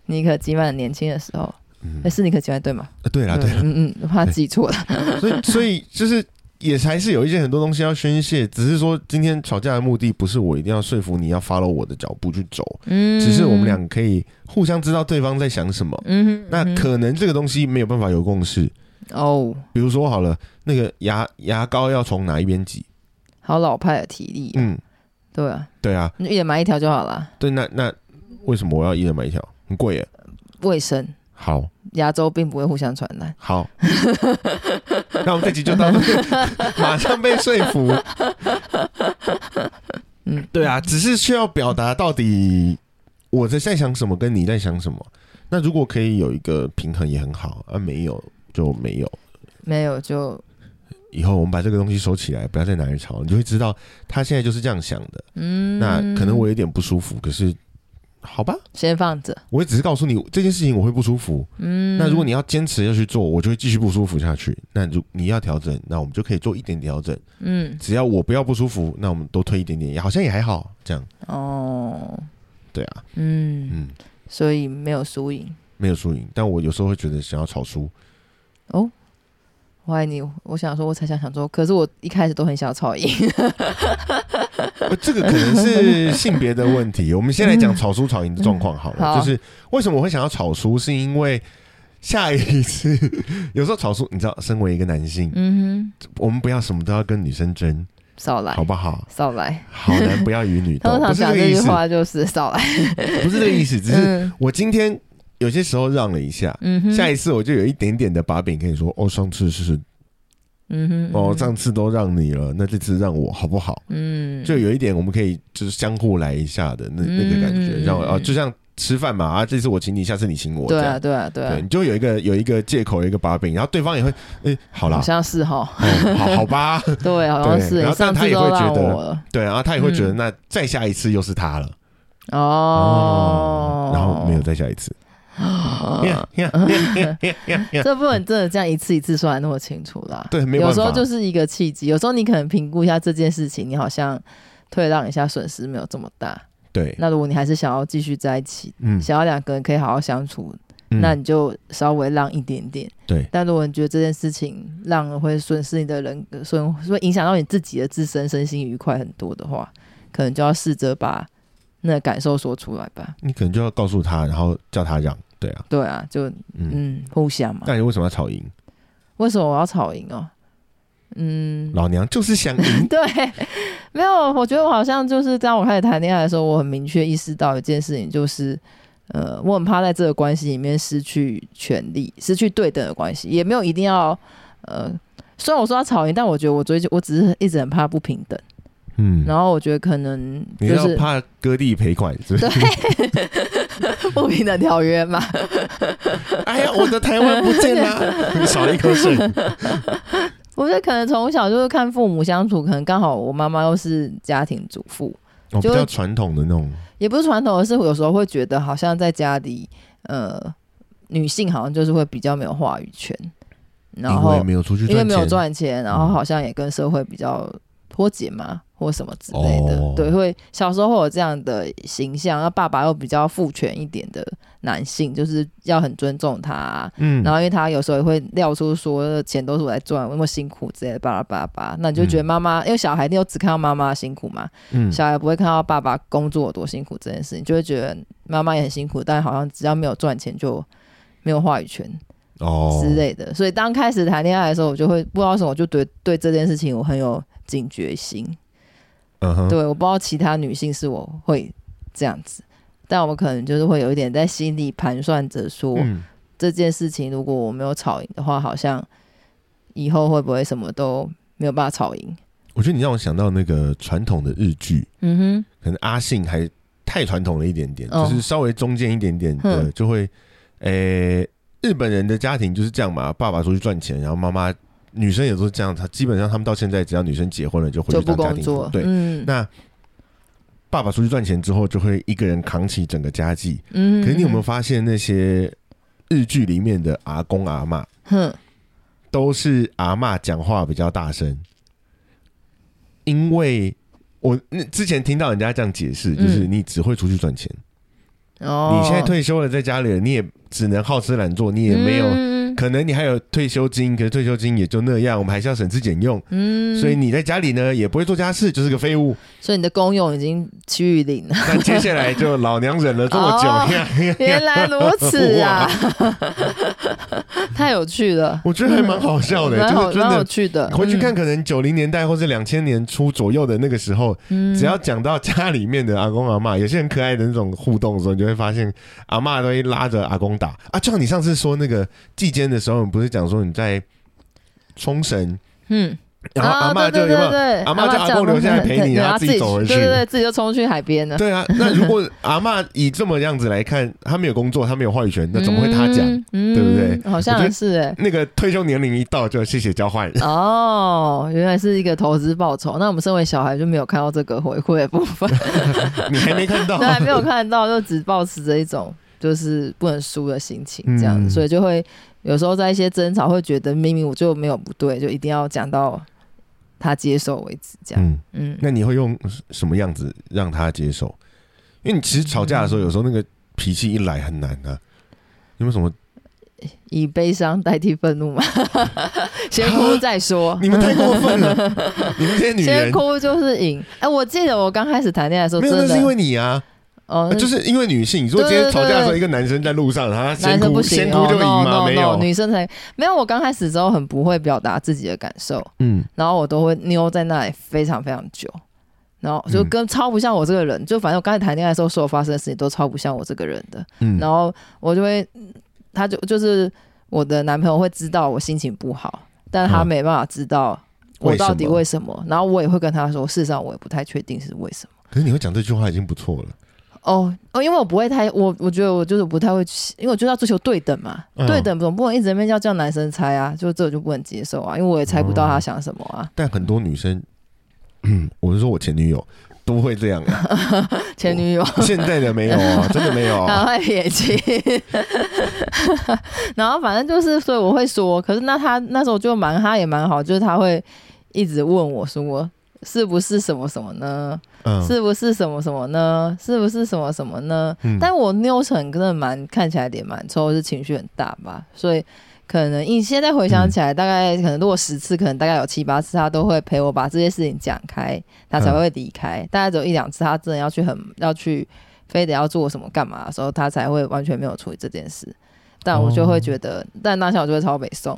Speaker 2: 尼可基曼年轻的时候，哎
Speaker 1: 嗯
Speaker 2: 那，是尼可基曼对吗？
Speaker 1: 呃对啦，对啦，
Speaker 2: 嗯嗯，我怕记错了。
Speaker 1: 所以所以就是也还是有一些很多东西要宣泄，只是说今天吵架的目的不是我一定要说服你要 follow 我的脚步去走，
Speaker 2: 嗯，
Speaker 1: 只是我们两个可以互相知道对方在想什么。
Speaker 2: 嗯哼，嗯哼，
Speaker 1: 那可能这个东西没有办法有共识，
Speaker 2: 哦，
Speaker 1: 比如说好了，那个牙牙膏要从哪一边挤？
Speaker 2: 好老派的体力，
Speaker 1: 嗯，
Speaker 2: 对啊，
Speaker 1: 对啊，
Speaker 2: 你就一人买一条就好了，
Speaker 1: 对，那那为什么我要一人买一条？很贵耶。
Speaker 2: 卫生。
Speaker 1: 好，
Speaker 2: 牙周并不会互相传染，
Speaker 1: 好，那我们这集就到这 边，马上被说服。
Speaker 2: 嗯，
Speaker 1: 对啊，只是需要表达到底我在在想什么，跟你在想什么。那如果可以有一个平衡也很好，啊，没有就没有。
Speaker 2: 没有就
Speaker 1: 以后我们把这个东西收起来，不要再拿来吵，你就会知道他现在就是这样想的。
Speaker 2: 嗯，
Speaker 1: 那可能我有点不舒服，可是好吧，
Speaker 2: 先放着，
Speaker 1: 我也只是告诉你这件事情我会不舒服。
Speaker 2: 嗯，
Speaker 1: 那如果你要坚持要去做，我就会继续不舒服下去。那如你要调整，那我们就可以做一点调整。
Speaker 2: 嗯
Speaker 1: 只要我不要不舒服，那我们都推一点点，也好像也还好。这样，
Speaker 2: 哦
Speaker 1: 对啊，
Speaker 2: 嗯，
Speaker 1: 嗯，
Speaker 2: 所以没有输赢
Speaker 1: 没有输赢，但我有时候会觉得想要吵输，
Speaker 2: 哦。我爱你，我想说，我才想想说，可是我一开始都很想吵赢，
Speaker 1: 呃这个可能是性别的问题。我们先来讲吵输吵赢的状况好了，
Speaker 2: 嗯好
Speaker 1: 就是为什么我会想要吵输，是因为下一次 有时候吵输，你知道，身为一个男性，
Speaker 2: 嗯
Speaker 1: 我们不要什么都要跟女生争，
Speaker 2: 哼， 少来
Speaker 1: 好不好？
Speaker 2: 少来，
Speaker 1: 好男不要与女 斗
Speaker 2: 通，
Speaker 1: 不
Speaker 2: 常
Speaker 1: 是这
Speaker 2: 讲
Speaker 1: 个
Speaker 2: 这
Speaker 1: 意
Speaker 2: 句
Speaker 1: 思，
Speaker 2: 话就是少来，
Speaker 1: 不是这个意思，只是
Speaker 2: 嗯
Speaker 1: 我今天有些时候让了一下，
Speaker 2: 嗯哼，
Speaker 1: 下一次我就有一点点的把柄跟你说，哦，上次是
Speaker 2: 嗯哼，
Speaker 1: 哦，
Speaker 2: 嗯
Speaker 1: 上次都让你了，那这次让我好不好？
Speaker 2: 嗯，
Speaker 1: 就有一点我们可以就是相互来一下的那那个感觉，
Speaker 2: 嗯
Speaker 1: 让啊，就像吃饭嘛啊，这次我请你，下次你请我，
Speaker 2: 对
Speaker 1: 这
Speaker 2: 啊，
Speaker 1: 样
Speaker 2: 对啊，对啊
Speaker 1: 对，，你就有一个有一个借口，有一个把柄，然后对方也会，哎，好 啦
Speaker 2: 好，像是哈，
Speaker 1: 哦好好吧，
Speaker 2: 对，好像
Speaker 1: 对
Speaker 2: 是，
Speaker 1: 然
Speaker 2: 你
Speaker 1: 后但
Speaker 2: 上
Speaker 1: 他
Speaker 2: 次
Speaker 1: 也
Speaker 2: 都
Speaker 1: 会觉
Speaker 2: 让
Speaker 1: 得
Speaker 2: 我了，
Speaker 1: 对，然后他也会觉得
Speaker 2: 嗯
Speaker 1: 那再下一次又是他了，
Speaker 2: 哦，嗯
Speaker 1: 然后没有再下一次，呀呀呀 呀呀呀呀
Speaker 2: 这不能真的这样一次一次算那么清楚啦。
Speaker 1: 对没有
Speaker 2: 有
Speaker 1: 办
Speaker 2: 时
Speaker 1: 法
Speaker 2: 候就是一个契机，有时候你可能评估一下这件事情，你好像退让一下，损失没有这么大。
Speaker 1: 对，
Speaker 2: 那如果你还是想要继续在一起，
Speaker 1: 嗯，
Speaker 2: 想要两个人可以好好相处，
Speaker 1: 嗯
Speaker 2: 那你就稍微让一点点。
Speaker 1: 对
Speaker 2: 但如果你觉得这件事情让了会损失你的人格，损会影响到你自己的自身身心愉快很多的话，可能就要试着把那个感受说出来吧。
Speaker 1: 你可能就要告诉他，然后叫他让，对啊，
Speaker 2: 对啊，就
Speaker 1: 嗯，
Speaker 2: 嗯，互相嘛。
Speaker 1: 那你为什么要吵赢？
Speaker 2: 为什么我要吵赢哦？嗯，，
Speaker 1: 老娘就是想赢
Speaker 2: 对，没有，我觉得我好像就是当我开始谈恋爱的时候，我很明确意识到一件事情，就是呃，我很怕在这个关系里面失去权利，失去对等的关系，也没有一定要呃。虽然我说要吵赢，但我觉得我追求，我只是一直很怕不平等。
Speaker 1: 嗯，
Speaker 2: 然后我觉得可能
Speaker 1: 你
Speaker 2: 就
Speaker 1: 要
Speaker 2: 是
Speaker 1: 怕 割地赔款是不 是？
Speaker 2: 不平等条约嘛，
Speaker 1: 哎呀，我的台湾不见 了，少了一口水。
Speaker 2: 我觉得可能从小就是看父母相处，可能刚好我妈妈又是家庭主妇，
Speaker 1: 哦，比
Speaker 2: 就
Speaker 1: 较传统的那种，
Speaker 2: 也不是传统，而是有时候会觉得好像在家里，呃，女性好像就是会比较没有话语权，然
Speaker 1: 因
Speaker 2: 后
Speaker 1: 为没有出去
Speaker 2: 因为
Speaker 1: 赚
Speaker 2: 没有
Speaker 1: 钱，嗯
Speaker 2: 赚钱，然后好像也跟社会比较脱节嘛，或什么之类的，
Speaker 1: 哦
Speaker 2: 对，会小时候会有这样的形象，那爸爸又比较父权一点的男性，就是要很尊重他、啊
Speaker 1: 嗯，
Speaker 2: 然后因为他有时候也会撂出说钱都是我来赚，我那么辛苦之类的，巴拉巴拉巴拉，那你就觉得妈妈，因为小孩你又只看到妈妈辛苦嘛，
Speaker 1: 嗯
Speaker 2: 小孩不会看到爸爸工作有多辛苦这件事情，就会觉得妈妈也很辛苦，但好像只要没有赚钱就没有话语权
Speaker 1: 哦
Speaker 2: 之，类的。所以当开始谈恋爱的时候，我就会不知道为什么，我就对对这件事情我很有警觉心。
Speaker 1: 嗯哼，
Speaker 2: 对，我不知道其他女性是我会这样子，但我可能就是会有一点在心里盘算着说，
Speaker 1: 嗯，
Speaker 2: 这件事情如果我没有吵赢的话，好像以后会不会什么都没有办法吵赢？
Speaker 1: 我觉得你让我想到那个传统的日剧，
Speaker 2: 嗯哼。
Speaker 1: 可能阿信还太传统了一点点，
Speaker 2: 哦
Speaker 1: 就是稍微中间一点点的，
Speaker 2: 哼
Speaker 1: 就会，诶，日本人的家庭就是这样嘛，爸爸出去赚钱，然后妈妈。女生也都是这样，她基本上他们到现在，只要女生结婚了，就回
Speaker 2: 就
Speaker 1: 去
Speaker 2: 不
Speaker 1: 当家
Speaker 2: 工
Speaker 1: 庭主
Speaker 2: 作
Speaker 1: 妇。，对，
Speaker 2: 嗯
Speaker 1: 那爸爸出去赚钱之后，就会一个人扛起整个家计。
Speaker 2: 嗯
Speaker 1: 可是你有没有发现，那些日剧里面的阿公阿嬷，
Speaker 2: 哼，
Speaker 1: 都是阿嬷讲话比较大声，因为我那之前听到人家这样解释，就是
Speaker 2: 嗯
Speaker 1: 你只会出去赚钱，
Speaker 2: 哦，
Speaker 1: 你现在退休了，在家里了，你也只能好吃懒做，你也没有，
Speaker 2: 嗯
Speaker 1: 可能你还有退休金，可是退休金也就那样，我们还是要省吃俭用，
Speaker 2: 嗯，
Speaker 1: 所以你在家里呢也不会做家事，就是个废 物。
Speaker 2: 所以你的功用已经趋于 零了。
Speaker 1: 那接下来就老娘忍了这么久，
Speaker 2: 哦
Speaker 1: 呀 呀呀
Speaker 2: 原来如此啊， 太有趣了，
Speaker 1: 我觉得还蛮好笑的，
Speaker 2: 蛮
Speaker 1: 就
Speaker 2: 好
Speaker 1: 是真
Speaker 2: 蛮有
Speaker 1: 的。
Speaker 2: 趣的。
Speaker 1: 回去看，可能九零年代或是两千年初左右的那个时候，
Speaker 2: 嗯，
Speaker 1: 只要讲到家里面的阿公阿嬷，有些很可爱的那种互动的时候，你就会发现阿嬷都会拉着阿公打啊。就像你上次说那个季间的时候，你不是讲说你在冲绳，
Speaker 2: 嗯，
Speaker 1: 然后
Speaker 2: 啊
Speaker 1: 阿嬷就
Speaker 2: 对
Speaker 1: 有
Speaker 2: 对
Speaker 1: 没
Speaker 2: 对
Speaker 1: 有？
Speaker 2: 对，
Speaker 1: 阿嬷叫阿公留下来陪你
Speaker 2: 然
Speaker 1: 然
Speaker 2: 后
Speaker 1: 后自己走回去
Speaker 2: 对对对，自己就冲去海边了。
Speaker 1: 对啊，那如果阿嬷以这么样子来看，她没有工作，她没有话语 权，那怎么会她讲？
Speaker 2: 嗯，嗯
Speaker 1: 对不对
Speaker 2: 好
Speaker 1: 我觉
Speaker 2: 像
Speaker 1: 得
Speaker 2: 是哎。
Speaker 1: 那个退休年龄一到就谢谢交换，
Speaker 2: 哦，原来是一个投资报酬。那我们身为小孩就没有看到这个回馈的部分，
Speaker 1: 你还没 看到
Speaker 2: 对，，还没有看到，就只保持着一种就是不能输的心情，这样子，
Speaker 1: 嗯
Speaker 2: 所以就会有时候在一些争吵，会觉得明明我就没有不对，就一定要讲到他接受为止，这样，
Speaker 1: 嗯，
Speaker 2: 嗯，
Speaker 1: 那你会用什么样子让他接受？因为你其实吵架的时候，有时候那个脾气一来很难啊。有没有什么？
Speaker 2: 以悲伤代替愤怒嘛， 先哭再说。
Speaker 1: 你们太过分 了！你们这些 女
Speaker 2: 先
Speaker 1: 人，
Speaker 2: 哭就是赢。哎、我记得我刚开始谈恋爱的时候，
Speaker 1: 没
Speaker 2: 真
Speaker 1: 有，那是因
Speaker 2: 的
Speaker 1: 为你啊，
Speaker 2: 哦，
Speaker 1: 呃就是因为女性。如果今天
Speaker 2: 对对对
Speaker 1: 吵架的时候，一个男生在路上，他先
Speaker 2: 男生
Speaker 1: 哭，
Speaker 2: 不行，
Speaker 1: 先哭就赢
Speaker 2: 哦、
Speaker 1: 吗？
Speaker 2: no,
Speaker 1: 没
Speaker 2: no, no,
Speaker 1: 有，
Speaker 2: 女生才没有。我刚开始之后很不会表达自己的感受，
Speaker 1: 嗯，
Speaker 2: 然后我都会妞在那里非常非常久，然后
Speaker 1: 嗯
Speaker 2: 就跟超不像我这个人。就反正我刚才谈恋爱的时候，所有发生的事情都超不像我这个人的。
Speaker 1: 嗯
Speaker 2: 然后我就会，他就就是我的男朋友会知道我心情不好，但他
Speaker 1: 嗯
Speaker 2: 没办法知道我
Speaker 1: 为什么
Speaker 2: 到底为什么。然后我也会跟他说，事实上我也不太确定是为什么。嗯
Speaker 1: 可是你会讲这句话已经不错了。
Speaker 2: 哦哦，因为我不会太我，我觉得我就是不太会去，因为我就是要追求对等嘛，
Speaker 1: 嗯
Speaker 2: 对等总不能一直在那边要叫男生猜啊，就这我就不能接受啊，因为我也猜不到他想什么啊。
Speaker 1: 但很多女生，嗯，我是说我前女友都会这样啊，
Speaker 2: 前女友，
Speaker 1: 现在的没有啊，真的没 有
Speaker 2: 赶
Speaker 1: 啊。
Speaker 2: 快撇清。然后反正就是，所以我会说，可是那他那时候就蛮他也蛮好，就是他会一直问我说。是不是什么什么呢？
Speaker 1: 嗯，
Speaker 2: 是不是什么什么呢？是不是什么什么呢？
Speaker 1: 嗯
Speaker 2: 但我妞成真的蛮看起来脸蛮臭，是情绪很大吧，所以可能你现在回想起来，大概可能如果十次，可能大概有七八次他都会陪我把这些事情讲开，他才会离开。
Speaker 1: 嗯
Speaker 2: 大概只有一两次，他真的要去很要去非得要做什么干嘛的时候，他才会完全没有处理这件事。但我就会
Speaker 1: 哦
Speaker 2: 觉得，但当下我就会超北 宋。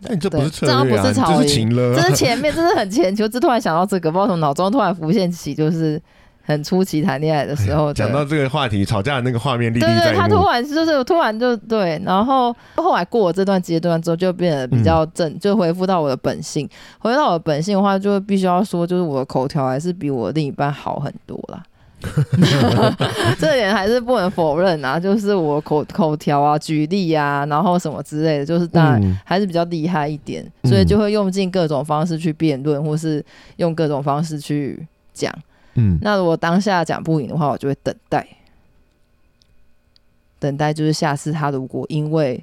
Speaker 1: 但你这不是
Speaker 2: 这
Speaker 1: 策
Speaker 2: 样
Speaker 1: 略
Speaker 2: 不
Speaker 1: 啊，
Speaker 2: 是
Speaker 1: 你
Speaker 2: 吵
Speaker 1: 这是
Speaker 2: 赢
Speaker 1: 情了啊。
Speaker 2: 这是前面，这是很前就这突然想到这个，不知道从脑中突然浮现起，就是很初期谈恋爱的时候的
Speaker 1: 哎讲到这个话题，吵架的那个画面历历
Speaker 2: 哦对嗯
Speaker 1: 在
Speaker 2: 对，
Speaker 1: 目。
Speaker 2: 他突然就是突然就对，然后后来过了这段阶段之后，就变得比较正，就恢复到我的本性。回到我的本性的话，就必须要说，就是我的口条还是比我另一半好很多啦。 这点还是不能否认啊，就是我口口条啊、举例啊，然后什么之类的，就是当然
Speaker 1: 嗯
Speaker 2: 还是比较厉害一点，所以就会用尽各种方式去辩论，或是用各种方式去讲。
Speaker 1: 嗯，
Speaker 2: 那如果当下讲不赢的话，我就会等待，等待就是下次他如果因为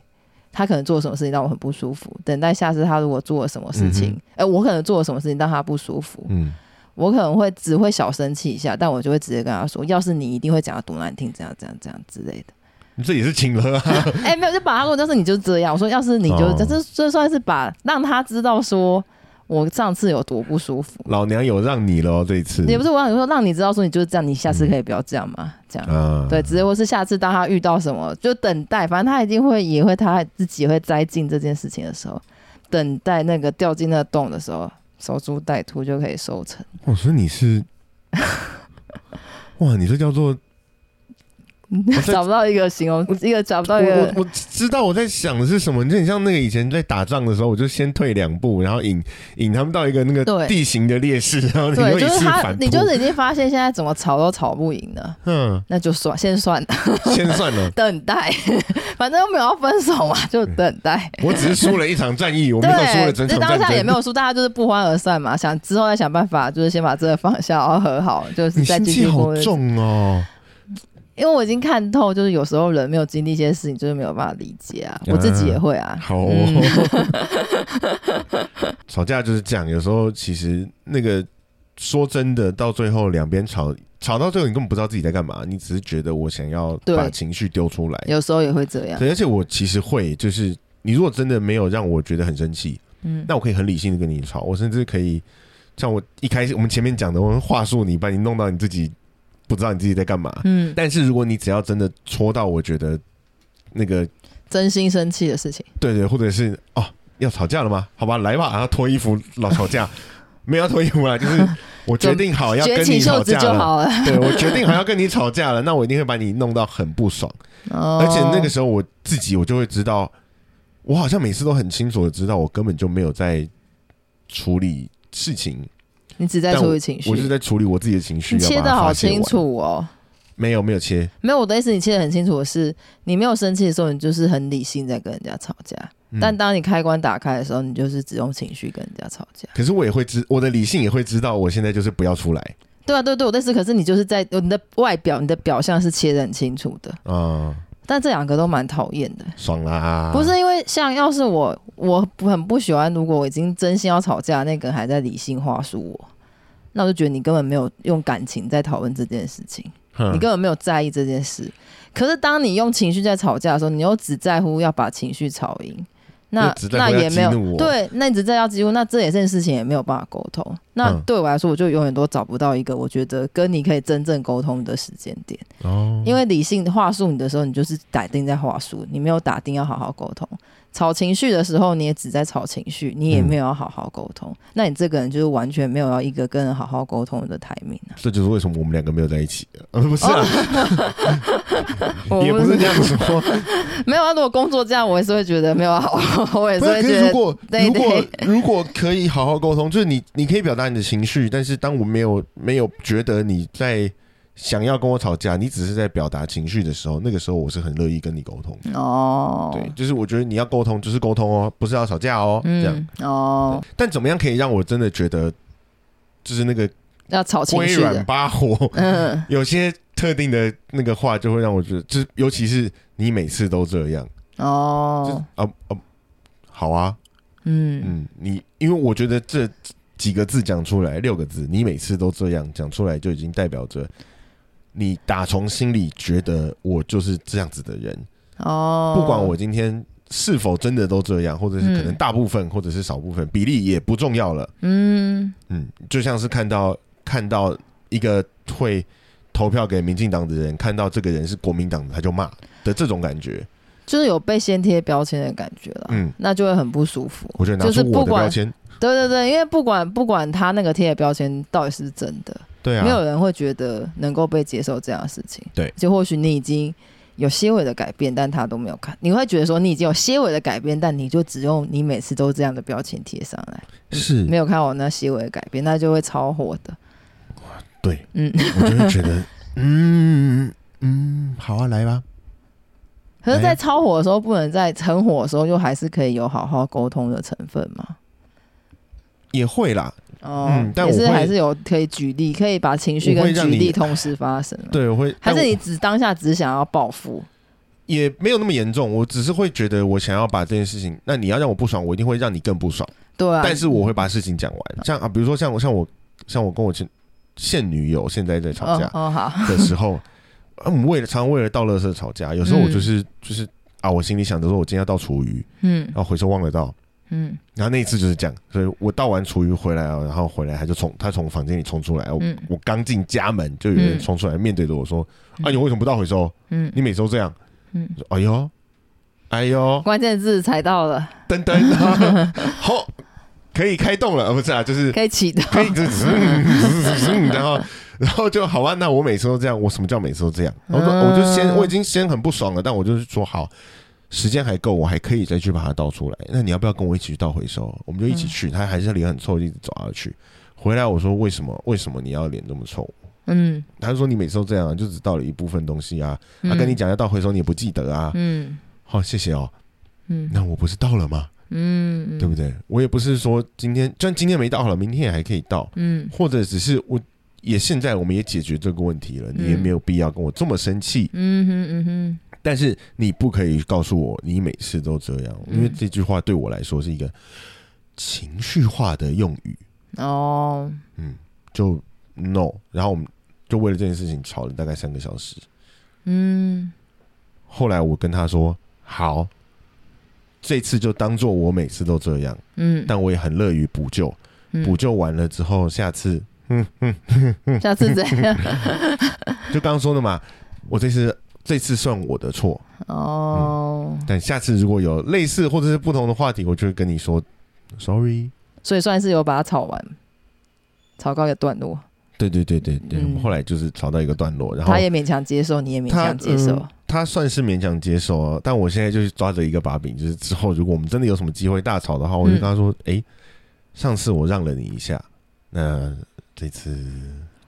Speaker 2: 他可能做了什么事情让我很不舒服，等待下次他如果做了什么事情
Speaker 1: 嗯，
Speaker 2: 哎、我可能做了什么事情让他不舒服，
Speaker 1: 嗯，
Speaker 2: 我可能会只会小生气一下，但我就会直接跟他说，要是你一定会讲的多难听，这样这样这样之类的。
Speaker 1: 你这也是情了啊。
Speaker 2: 哎、没有，就把他跟我，就是你就这样，我说要是你就、
Speaker 1: 哦
Speaker 2: 这这算是把让他知道说我上次有多不舒服，
Speaker 1: 老娘有让你了哦，这一次
Speaker 2: 也不是我让你说让你知道说你就是这样，你下次可以不要这样嘛，这样。
Speaker 1: 啊，
Speaker 2: 对，只是或是下次当他遇到什么，就等待，反正他一定会也会他自己会栽进这件事情的时候，等待那个掉进那个洞的时候，守株待兔就可以收成。
Speaker 1: 我说哦你是， 哇，你这叫做 在
Speaker 2: 找不到一个形容，一个找不
Speaker 1: 哦我
Speaker 2: 到一
Speaker 1: 我
Speaker 2: 个，
Speaker 1: 我知道我在想的是什么，你就很像那个以前在打仗的时候，我就先退两步，然后引引他们到一个那个
Speaker 2: 对
Speaker 1: 地形的劣势，然后你
Speaker 2: 对，
Speaker 1: 又
Speaker 2: 就
Speaker 1: 一
Speaker 2: 是
Speaker 1: 次
Speaker 2: 他，
Speaker 1: 反
Speaker 2: 你
Speaker 1: 扑，
Speaker 2: 就是已经发现现在怎么吵都吵不赢了，
Speaker 1: 嗯，
Speaker 2: 那就算先算了，，
Speaker 1: 先算了
Speaker 2: 等待，反正又没有要分手嘛，就等待。
Speaker 1: 我只是输了一场战役，我没有输了
Speaker 2: 对，
Speaker 1: 整
Speaker 2: 这
Speaker 1: 场
Speaker 2: 当
Speaker 1: 战
Speaker 2: 下也没
Speaker 1: 争。
Speaker 2: 有输，大家就是不欢而散嘛。想之后再想办法，就是先把这个放 下，然后和好，就是
Speaker 1: 你
Speaker 2: 再
Speaker 1: 心
Speaker 2: 继
Speaker 1: 机
Speaker 2: 续过
Speaker 1: 好
Speaker 2: 日子。
Speaker 1: 重哦，
Speaker 2: 因为我已经看透，就是有时候人没有经历一些事情，就是没有办法理解啊。我自己也会啊。
Speaker 1: 嗯好哦、 吵架就是这样，有时候其实那个说真的，到最后两边吵吵到最后，你根本不知道自己在干嘛，你只是觉得我想要
Speaker 2: 对
Speaker 1: 把情绪丢出来。
Speaker 2: 有时候也会这样。
Speaker 1: 对，而且我其实会，就是你如果真的没有让我觉得很生气，
Speaker 2: 嗯，
Speaker 1: 那我可以很理性的跟你吵，我甚至可以像我一开始我们前面讲的，我们话术你把你弄到你自己不知道你自己在干嘛。
Speaker 2: 嗯，
Speaker 1: 但是如果你只要真的戳到，我觉得那个
Speaker 2: 真心生气的事情，
Speaker 1: 对对，或者是哦要吵架了吗？好吧，来吧，然后脱衣服老吵 架，没有要脱衣服啦，就是我决定好要
Speaker 2: 卷
Speaker 1: 跟
Speaker 2: 起
Speaker 1: 你
Speaker 2: 袖
Speaker 1: 吵
Speaker 2: 子
Speaker 1: 架
Speaker 2: 就
Speaker 1: 了，
Speaker 2: 好了。
Speaker 1: 对 我决定好要跟你吵架了，那我一定会把你弄到很不爽。
Speaker 2: 哦
Speaker 1: 而且那个时候我自己我就会知道，我好像每次都很清楚的知道，我根本就没有在处理事情，
Speaker 2: 你只在
Speaker 1: 但
Speaker 2: 处理情绪
Speaker 1: 我，是在处理我自己的情绪。
Speaker 2: 你切
Speaker 1: 要
Speaker 2: 的
Speaker 1: 把它
Speaker 2: 好
Speaker 1: 发泄
Speaker 2: 清
Speaker 1: 完，
Speaker 2: 楚哦。
Speaker 1: 没有没有切，
Speaker 2: 没有，我的意思你切的很清楚的是，你没有生气的时候，你就是很理性在跟人家吵架；
Speaker 1: 嗯
Speaker 2: 但当你开关打开的时候，你就是只用情绪跟人家吵架。
Speaker 1: 可是我也会知，我的理性也会知道，我现在就是不要出来
Speaker 2: 对啊，对对，我的意思，可是你就是在你的外表、你的表象是切的很清楚的，
Speaker 1: 啊、
Speaker 2: 但这两个都蛮讨厌的。
Speaker 1: 爽啦！
Speaker 2: 不是因为像要是我，我不很不喜欢，如果我已经真心要吵架，那个人还在理性话术我，那我就觉得你根本没有用感情在讨论这件事情，
Speaker 1: 哼，
Speaker 2: 你根本没有在意这件事。可是当你用情绪在吵架的时候，你又只在乎要把情绪吵赢，那
Speaker 1: 又只在
Speaker 2: 那
Speaker 1: 乎要
Speaker 2: 也没有
Speaker 1: 激怒我
Speaker 2: 对，那你只在要激怒，那这也件事情也没有办法沟通。那
Speaker 1: 嗯
Speaker 2: 对我来说，我就永远都找不到一个我觉得跟你可以真正沟通的时间点。
Speaker 1: 哦，
Speaker 2: 因为理性的话术你的时候，你就是打定在话术，你没有打定要好好沟通。吵情绪的时候，你也只在吵情绪，你也没有要好好沟通。那你这个人就是完全没有要一个跟人好好沟通的台面啊！
Speaker 1: 这就是为什么我们两个没有在一起。呃，不是啊，
Speaker 2: 哦啊我
Speaker 1: 也不是这样 说。
Speaker 2: 没有啊。如果工作这样，我也是会觉得没有好，我也
Speaker 1: 不
Speaker 2: 是
Speaker 1: 是，啊
Speaker 2: 会
Speaker 1: 可
Speaker 2: 觉
Speaker 1: 是如
Speaker 2: 得
Speaker 1: 果
Speaker 2: 对
Speaker 1: 如果如果可以好好沟通，就是你你可以表达你的情绪，但是当我没有没有觉得你在想要跟我吵架，你只是在表达情绪的时候，那个时候我是很乐意跟你沟通的。
Speaker 2: 哦，
Speaker 1: 对，就是我觉得你要沟通就是沟通哦，不是要吵架哦，这样。
Speaker 2: 嗯，哦，
Speaker 1: 但怎么样可以让我真的觉得，就是那个
Speaker 2: 要吵情
Speaker 1: 龟
Speaker 2: 绪
Speaker 1: 软
Speaker 2: 的，
Speaker 1: 八火，
Speaker 2: 嗯，
Speaker 1: 有些特定的那个话就会让我觉得，就是尤其是你每次都这样，就是
Speaker 2: 哦，
Speaker 1: 啊啊，好啊，
Speaker 2: 嗯，
Speaker 1: 嗯，你因为我觉得这几个字讲出来，六个字，你每次都这样讲出来，就已经代表着你打从心里觉得我就是这样子的人，
Speaker 2: 哦，
Speaker 1: 不管我今天是否真的都这样，或者是可能
Speaker 2: 嗯
Speaker 1: 大部分，或者是少部分，比例也不重要了。
Speaker 2: 嗯，
Speaker 1: 嗯，就像是看到看到一个会投票给民进党的人，看到这个人是国民党的，他就骂的这种感觉。
Speaker 2: 就是有被先贴标签的感觉了，
Speaker 1: 嗯
Speaker 2: 那就会很不舒服。
Speaker 1: 我觉得拿
Speaker 2: 啊就是
Speaker 1: 出我
Speaker 2: 不
Speaker 1: 的标
Speaker 2: 管
Speaker 1: 签，
Speaker 2: 对对对，因为不管不管他那个贴的标签到底是不是真的，
Speaker 1: 对啊，
Speaker 2: 没有人会觉得能够被接受这样的事情。
Speaker 1: 对
Speaker 2: 就或许你已经有些微的改变，但他都没有看，你会觉得说你已经有些微的改变，但你就只用你每次都这样的标签贴上来，
Speaker 1: 是
Speaker 2: 没有看我那些微的改变，那就会超火的。
Speaker 1: 对。
Speaker 2: 嗯，
Speaker 1: 我就会觉得，嗯嗯，好啊，来吧。
Speaker 2: 可
Speaker 1: 哎
Speaker 2: 是，在超火的时候，不能在很火的时候，就还是可以有好好沟通的成分嘛。
Speaker 1: 也会啦，
Speaker 2: 哦，
Speaker 1: 嗯但
Speaker 2: 也是
Speaker 1: 我会
Speaker 2: 还是有可以举例，可以把情绪
Speaker 1: 我会
Speaker 2: 跟举
Speaker 1: 让你
Speaker 2: 例同时发生啊。
Speaker 1: 对，我会，
Speaker 2: 还
Speaker 1: 但
Speaker 2: 是
Speaker 1: 我
Speaker 2: 你只当下只想要报复？
Speaker 1: 也没有那么严重，我只是会觉得我想要把这件事情，那你要让我不爽，我一定会让你更不爽，
Speaker 2: 对啊，
Speaker 1: 但是我会把事情讲完。像啊，比如说像我像我像我跟我前现女友现在在吵架
Speaker 2: 哦哦好，
Speaker 1: 的时候， 啊，我们为了常常为了倒垃圾吵架，有时候我就是就是啊，我心里想着说我今天要倒厨余，
Speaker 2: 嗯
Speaker 1: 然后回收忘了倒，
Speaker 2: 嗯
Speaker 1: 然后那一次就是这样，所以我倒完厨余回来啊，然后回来他就从他从房间里冲出来，我、
Speaker 2: 嗯
Speaker 1: 我刚进家门就有人冲出来面对着我说：“啊，你为什么不倒回收？
Speaker 2: 嗯
Speaker 1: 你每周这样。
Speaker 2: 嗯，”
Speaker 1: 哎呦，哎呦，
Speaker 2: 关键字踩到了，
Speaker 1: 噔噔， 好，可以开动了，啊不是啊，就是
Speaker 2: 可以启动。
Speaker 1: 可以就是然后然后就好啊，那我每次都这样，我什么叫每次都这样？我说
Speaker 2: 嗯
Speaker 1: 我就先我已经先很不爽了，但我就是说好。时间还够，我还可以再去把它倒出来。那你要不要跟我一起去倒回收？我们就一起去。他还是脸很臭，一直走下去。回来我说为什么？为什么你要脸这么臭？
Speaker 2: 嗯，
Speaker 1: 他就说你每次都这样、啊，就只倒了一部分东西啊。他、
Speaker 2: 嗯
Speaker 1: 跟你，讲要倒回收，你也不记得啊。
Speaker 2: 嗯
Speaker 1: 好、谢谢哦。
Speaker 2: 嗯
Speaker 1: 那我不是倒了吗？
Speaker 2: 嗯，
Speaker 1: 对不对？我也不是说今天，就算今天没倒好了，明天也还可以倒。
Speaker 2: 嗯
Speaker 1: 或者只是我也现在我们也解决这个问题了，你也没有必要跟我这么生气。
Speaker 2: 嗯哼嗯哼，
Speaker 1: 但是你不可以告诉我你每次都这样，
Speaker 2: 嗯
Speaker 1: 因为这句话对我来说是一个情绪化的用语。
Speaker 2: 哦，
Speaker 1: 嗯，就 no，然后我们就为了这件事情吵了大概三个小时。
Speaker 2: 嗯，
Speaker 1: 后来我跟他说：“好，这次就当做我每次都这样，
Speaker 2: 嗯，
Speaker 1: 但我也很乐于补救。补
Speaker 2: 嗯，
Speaker 1: 救完了之后，下次
Speaker 2: 下次怎 样？
Speaker 1: 就刚刚说的嘛，我这次这次算我的错，
Speaker 2: 哦，
Speaker 1: 但下次如果有类似或者是不同的话题，我就会跟你说 sorry。
Speaker 2: 所以算是有把它炒完，炒告一个段落，
Speaker 1: 对对对对对，
Speaker 2: 嗯
Speaker 1: 我们后来就是吵到一个段落，然后
Speaker 2: 他也勉强接受，你也勉
Speaker 1: 他
Speaker 2: 强接受。
Speaker 1: 嗯他算是勉强接受啊，但我现在就是抓着一个把柄，就是之后如果我们真的有什么机会大吵的话，我就跟他说：“哎、
Speaker 2: 嗯
Speaker 1: 上次我让了你一下，那这次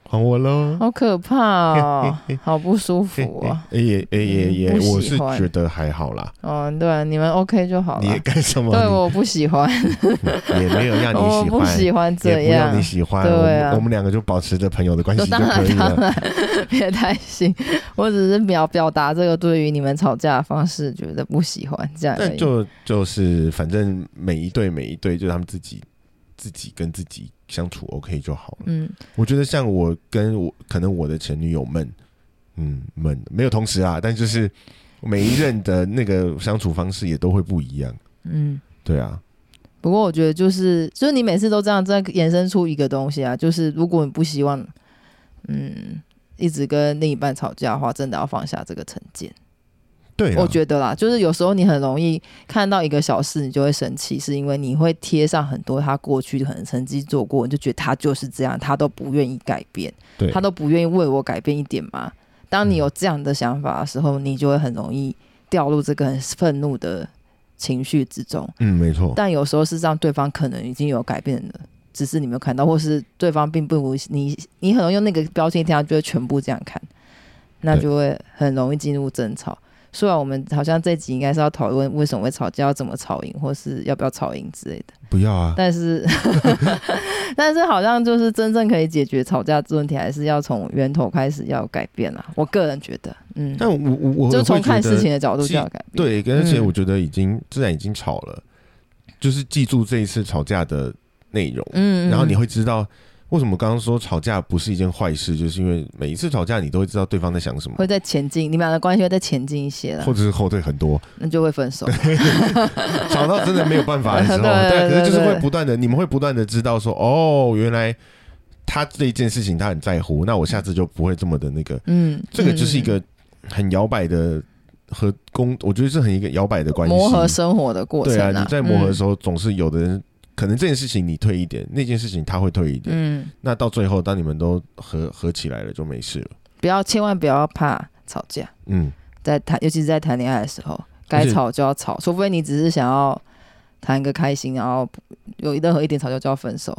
Speaker 1: 还我喽。
Speaker 2: 好可怕哦
Speaker 1: 呃嘿嘿嘿，
Speaker 2: 好不舒
Speaker 1: 嘿
Speaker 2: 服
Speaker 1: 嘿
Speaker 2: 啊！
Speaker 1: 哎也哎也也，
Speaker 2: 嗯不喜
Speaker 1: 我是
Speaker 2: 欢
Speaker 1: 觉得还好啦。
Speaker 2: 哦，对，你们 OK 就好
Speaker 1: 你也
Speaker 2: 了。
Speaker 1: 干什么？
Speaker 2: 对， 我不喜欢，
Speaker 1: 你也没有让你
Speaker 2: 我
Speaker 1: 喜
Speaker 2: 不
Speaker 1: 欢，
Speaker 2: 喜欢
Speaker 1: 也
Speaker 2: 这
Speaker 1: 不让
Speaker 2: 样
Speaker 1: 你。喜欢。
Speaker 2: 对啊
Speaker 1: 我们我们两个就保持着朋友的关系
Speaker 2: 就
Speaker 1: 就
Speaker 2: 当然
Speaker 1: 可以
Speaker 2: 当
Speaker 1: 了。
Speaker 2: 然，别担心，我只是表表达这个对于你们吵架的方式觉得不喜欢这样而
Speaker 1: 但
Speaker 2: 已。
Speaker 1: 就就是反正每一对每一对，就他们自己自己跟自己相处 OK 就好了。
Speaker 2: 嗯，
Speaker 1: 我觉得像我跟我可能我的前女友们，嗯，们没有同时啊，但就是每一任的那个相处方式也都会不一样。
Speaker 2: 嗯，
Speaker 1: 对啊，
Speaker 2: 不过我觉得就是，就是你每次都这样，再衍生出一个东西啊，就是如果你不希望，嗯，一直跟另一半吵架的话，真的要放下这个成见。
Speaker 1: 对啊，
Speaker 2: 我觉得啦，就是有时候你很容易看到一个小事，你就会生气，是因为你会贴上很多他过去可能曾经做过，你就觉得他就是这样，他都不愿意改变，
Speaker 1: 对
Speaker 2: 他都不愿意为我改变一点嘛。当你有这样的想法的时候，你就会很容易掉入这个很愤怒的情绪之中。
Speaker 1: 嗯，没错，
Speaker 2: 但有时候事实上，对方可能已经有改变了，只是你没有看到，或是对方并不如你，你很容易用那个标签一条就会全部这样看，那
Speaker 1: 对
Speaker 2: 就会很容易进入争吵。虽然我们好像这集应该是要讨论为什么会吵架，要怎么吵赢，或是要不要吵赢之类 的，
Speaker 1: 不要啊，
Speaker 2: 但是， 但是好像就是真正可以解决吵架这问题，还是要从源头开始要改变啦。我个人觉得，嗯，
Speaker 1: 但我我我
Speaker 2: 就
Speaker 1: 我
Speaker 2: 从
Speaker 1: 会
Speaker 2: 看
Speaker 1: 觉
Speaker 2: 事情
Speaker 1: 得
Speaker 2: 的角度
Speaker 1: 既
Speaker 2: 就要改变。
Speaker 1: 对，而且
Speaker 2: 嗯
Speaker 1: 我觉得已经自然已经吵了，就是记住这一次吵架的内容，
Speaker 2: 嗯，嗯，
Speaker 1: 然后你
Speaker 2: 嗯
Speaker 1: 会知道为什么刚刚说吵架不是一件坏事，就是因为每一次吵架你都会知道对方在想什么，
Speaker 2: 会再前进，你们俩的关系会再前进一些了
Speaker 1: 或。者是后退很 多。
Speaker 2: 那就会 分手。
Speaker 1: 吵到真的没有办法的时候，
Speaker 2: 对
Speaker 1: 对，可
Speaker 2: 对
Speaker 1: 是就是
Speaker 2: 对
Speaker 1: 会不断的，你们会不断的知道说，哦，原来他这一件事情他很在乎，那我下次就不会这么的那个，
Speaker 2: 嗯，
Speaker 1: 这个就是一
Speaker 2: 嗯
Speaker 1: 个很摇摆的和工，我觉得是很一个摇摆的关系，
Speaker 2: 磨合生活的过程嗯
Speaker 1: 对啊，你在磨合的时
Speaker 2: 候，
Speaker 1: 候，总是有的人可能这件事情你退一点，那件事情他会退一点，
Speaker 2: 嗯，嗯
Speaker 1: 那到最后当你们都合合起来了，就没事了，
Speaker 2: 不要千万不要怕吵架，
Speaker 1: 嗯，
Speaker 2: 在谈，尤其是在谈恋爱的时候，
Speaker 1: 而
Speaker 2: 该
Speaker 1: 且
Speaker 2: 吵就要吵，除非你只是想要谈个开心，然后有任何一点吵架就要分手，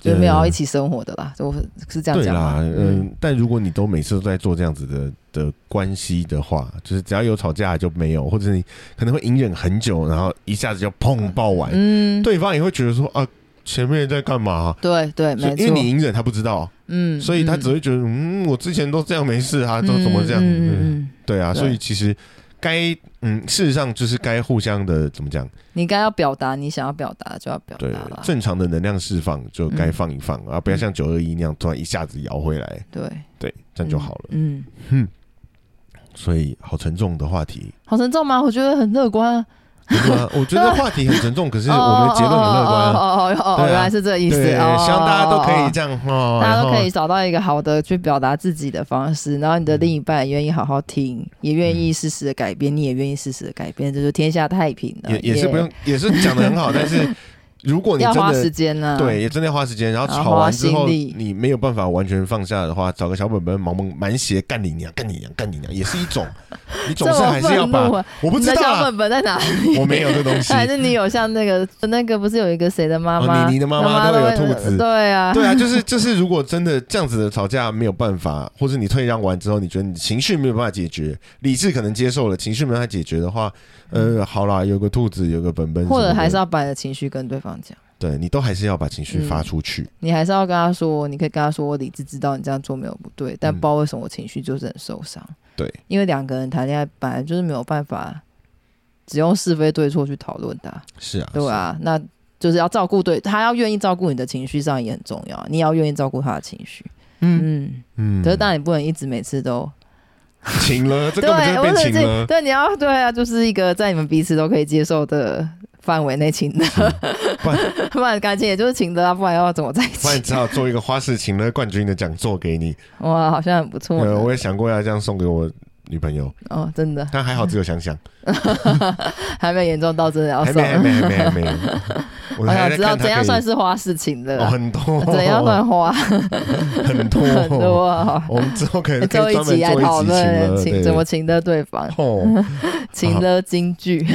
Speaker 2: 就是没有要一起生活的啦，就是是这样
Speaker 1: 对
Speaker 2: 讲
Speaker 1: 啦
Speaker 2: 吗，
Speaker 1: 嗯、，但如果你都每次都在做这样子的的关系的话，就是只要有吵架就没有，或者你可能会隐忍很久，然后一下子就砰爆完，
Speaker 2: 嗯，
Speaker 1: 对方也会觉得说啊，前面在干嘛？
Speaker 2: 对对，
Speaker 1: 所以
Speaker 2: 没
Speaker 1: 因为你
Speaker 2: 错，
Speaker 1: 隐忍，他不知道，
Speaker 2: 嗯，
Speaker 1: 所以他只
Speaker 2: 嗯
Speaker 1: 会觉得，嗯，我之前都这样没事啊，都怎么这样？
Speaker 2: 嗯嗯
Speaker 1: 嗯
Speaker 2: 嗯，嗯
Speaker 1: 对啊，
Speaker 2: 对
Speaker 1: 所以其实该，嗯，事实上就是该互相的怎么讲？
Speaker 2: 你该要表达你想要表达就要表
Speaker 1: 对
Speaker 2: 达啦，，
Speaker 1: 正常的能量释放就该
Speaker 2: 嗯
Speaker 1: 放一放、啊，不要像九二一那样突然一下子摇回来，
Speaker 2: 对，
Speaker 1: 对，这样就好了。
Speaker 2: 嗯，嗯
Speaker 1: 所以好沉重的话题，
Speaker 2: 好沉重吗？我觉得很乐观啊。
Speaker 1: 真的 吗？我觉得话题很沉重，可是我们的结论很乐观
Speaker 2: 哦
Speaker 1: 啊。
Speaker 2: 哦哦哦哦，
Speaker 1: 对啊
Speaker 2: 原来是这个意思。
Speaker 1: 对，
Speaker 2: 哦
Speaker 1: 希望大家都可以，这样
Speaker 2: 哦
Speaker 1: 哦，
Speaker 2: 大家
Speaker 1: 然
Speaker 2: 都
Speaker 1: 后
Speaker 2: 可以找到一个好的去表达自己的方式，然后你的另一半也愿意好好听，也愿意适时的改变，你也愿意适时的改变，这就是天下太平了。
Speaker 1: 也也是不用，也是讲的很 好，但是如果你
Speaker 2: 要
Speaker 1: 真
Speaker 2: 花时
Speaker 1: 的
Speaker 2: 间呢。
Speaker 1: 对，，也真的要花时间，然后
Speaker 2: 然后
Speaker 1: 吵
Speaker 2: 花
Speaker 1: 完之
Speaker 2: 心
Speaker 1: 后
Speaker 2: 力
Speaker 1: 你没有办法完全放下的话，找个小本本忙忙满写干你娘，干你娘，干你娘，也是一种，你
Speaker 2: 这
Speaker 1: 总是
Speaker 2: 么
Speaker 1: 还是要
Speaker 2: 愤
Speaker 1: 把
Speaker 2: 怒，啊！
Speaker 1: 我不
Speaker 2: 你
Speaker 1: 知
Speaker 2: 的
Speaker 1: 道
Speaker 2: 小
Speaker 1: 啊，
Speaker 2: 本本在哪里？
Speaker 1: 我没有这东西。
Speaker 2: 还是你有像那个那个不是有一个谁的妈妈？
Speaker 1: 哦你你的妈妈
Speaker 2: 妈
Speaker 1: 都有
Speaker 2: 会
Speaker 1: 兔子
Speaker 2: 对 啊，
Speaker 1: 对啊，就是就是，如果真的这样子的吵架没有办法，或是你退让完之后，你觉得你情绪没有办法解决，理智可能接受了，情绪没办法解决的话，呃，好啦，有个兔子，有个本本什么
Speaker 2: 嗯或
Speaker 1: 的，
Speaker 2: 者还是要把你的情绪跟对方讲。
Speaker 1: 对你都还是要把情绪
Speaker 2: 嗯
Speaker 1: 发出去。
Speaker 2: 你还是要跟他说，你可以跟他说，我理智知道你这样做没有不对，但
Speaker 1: 嗯
Speaker 2: 不知道为什么我情绪就是很受伤。
Speaker 1: 对，
Speaker 2: 因为两个人谈恋爱本来就是没有办法只用是非对错去讨论的啊、
Speaker 1: 是啊，
Speaker 2: 对啊，那就是要照顾对他要愿意照顾你的情绪上也很重要，你也要愿意照顾他的情绪。
Speaker 3: 嗯，
Speaker 2: 嗯，
Speaker 1: 嗯，
Speaker 2: 可是当然你不能一直每次都
Speaker 1: 请了，这
Speaker 2: 对，啊
Speaker 1: 根本就是
Speaker 2: 我
Speaker 1: 变
Speaker 2: 是
Speaker 1: 请
Speaker 2: 这
Speaker 1: 了。
Speaker 2: 对你要对啊，就是一个在你们彼此都可以接受的范围内请的，
Speaker 1: 不然
Speaker 2: 不然感情也就是请的啊，不然要怎么在一
Speaker 1: 不然
Speaker 2: 起？
Speaker 1: 只好做一个花式请了冠军的讲座给 你。
Speaker 2: 哇，好像很不错呢、
Speaker 1: 呃，我也想过要这样送给我女朋友，
Speaker 2: 哦，真的
Speaker 1: 但还好只有 想想，
Speaker 2: 还没有严重到真的要
Speaker 1: 还
Speaker 2: 送
Speaker 1: 没，。还没，还没，还 没。我
Speaker 2: 我
Speaker 1: 还
Speaker 2: 想
Speaker 1: 在
Speaker 2: 哦知道
Speaker 1: 看
Speaker 2: 怎样
Speaker 1: 他
Speaker 2: 算
Speaker 1: 可以。
Speaker 2: 是花事情的
Speaker 1: 哦，
Speaker 2: 啦，
Speaker 1: 很多，
Speaker 2: 怎样算花
Speaker 1: 很多，
Speaker 2: 很多啊。
Speaker 1: 我们之后可能
Speaker 2: 最后
Speaker 1: 可以专门
Speaker 2: 一集来讨
Speaker 1: 做一集请
Speaker 2: 论
Speaker 1: 了，
Speaker 2: 请
Speaker 1: 对
Speaker 2: 怎么请的对方，
Speaker 1: 哦，
Speaker 2: 请的京剧。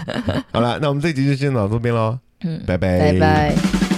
Speaker 1: 好了，那我们这集就先到这边喽，
Speaker 2: 嗯，
Speaker 1: 拜拜，
Speaker 2: 拜拜。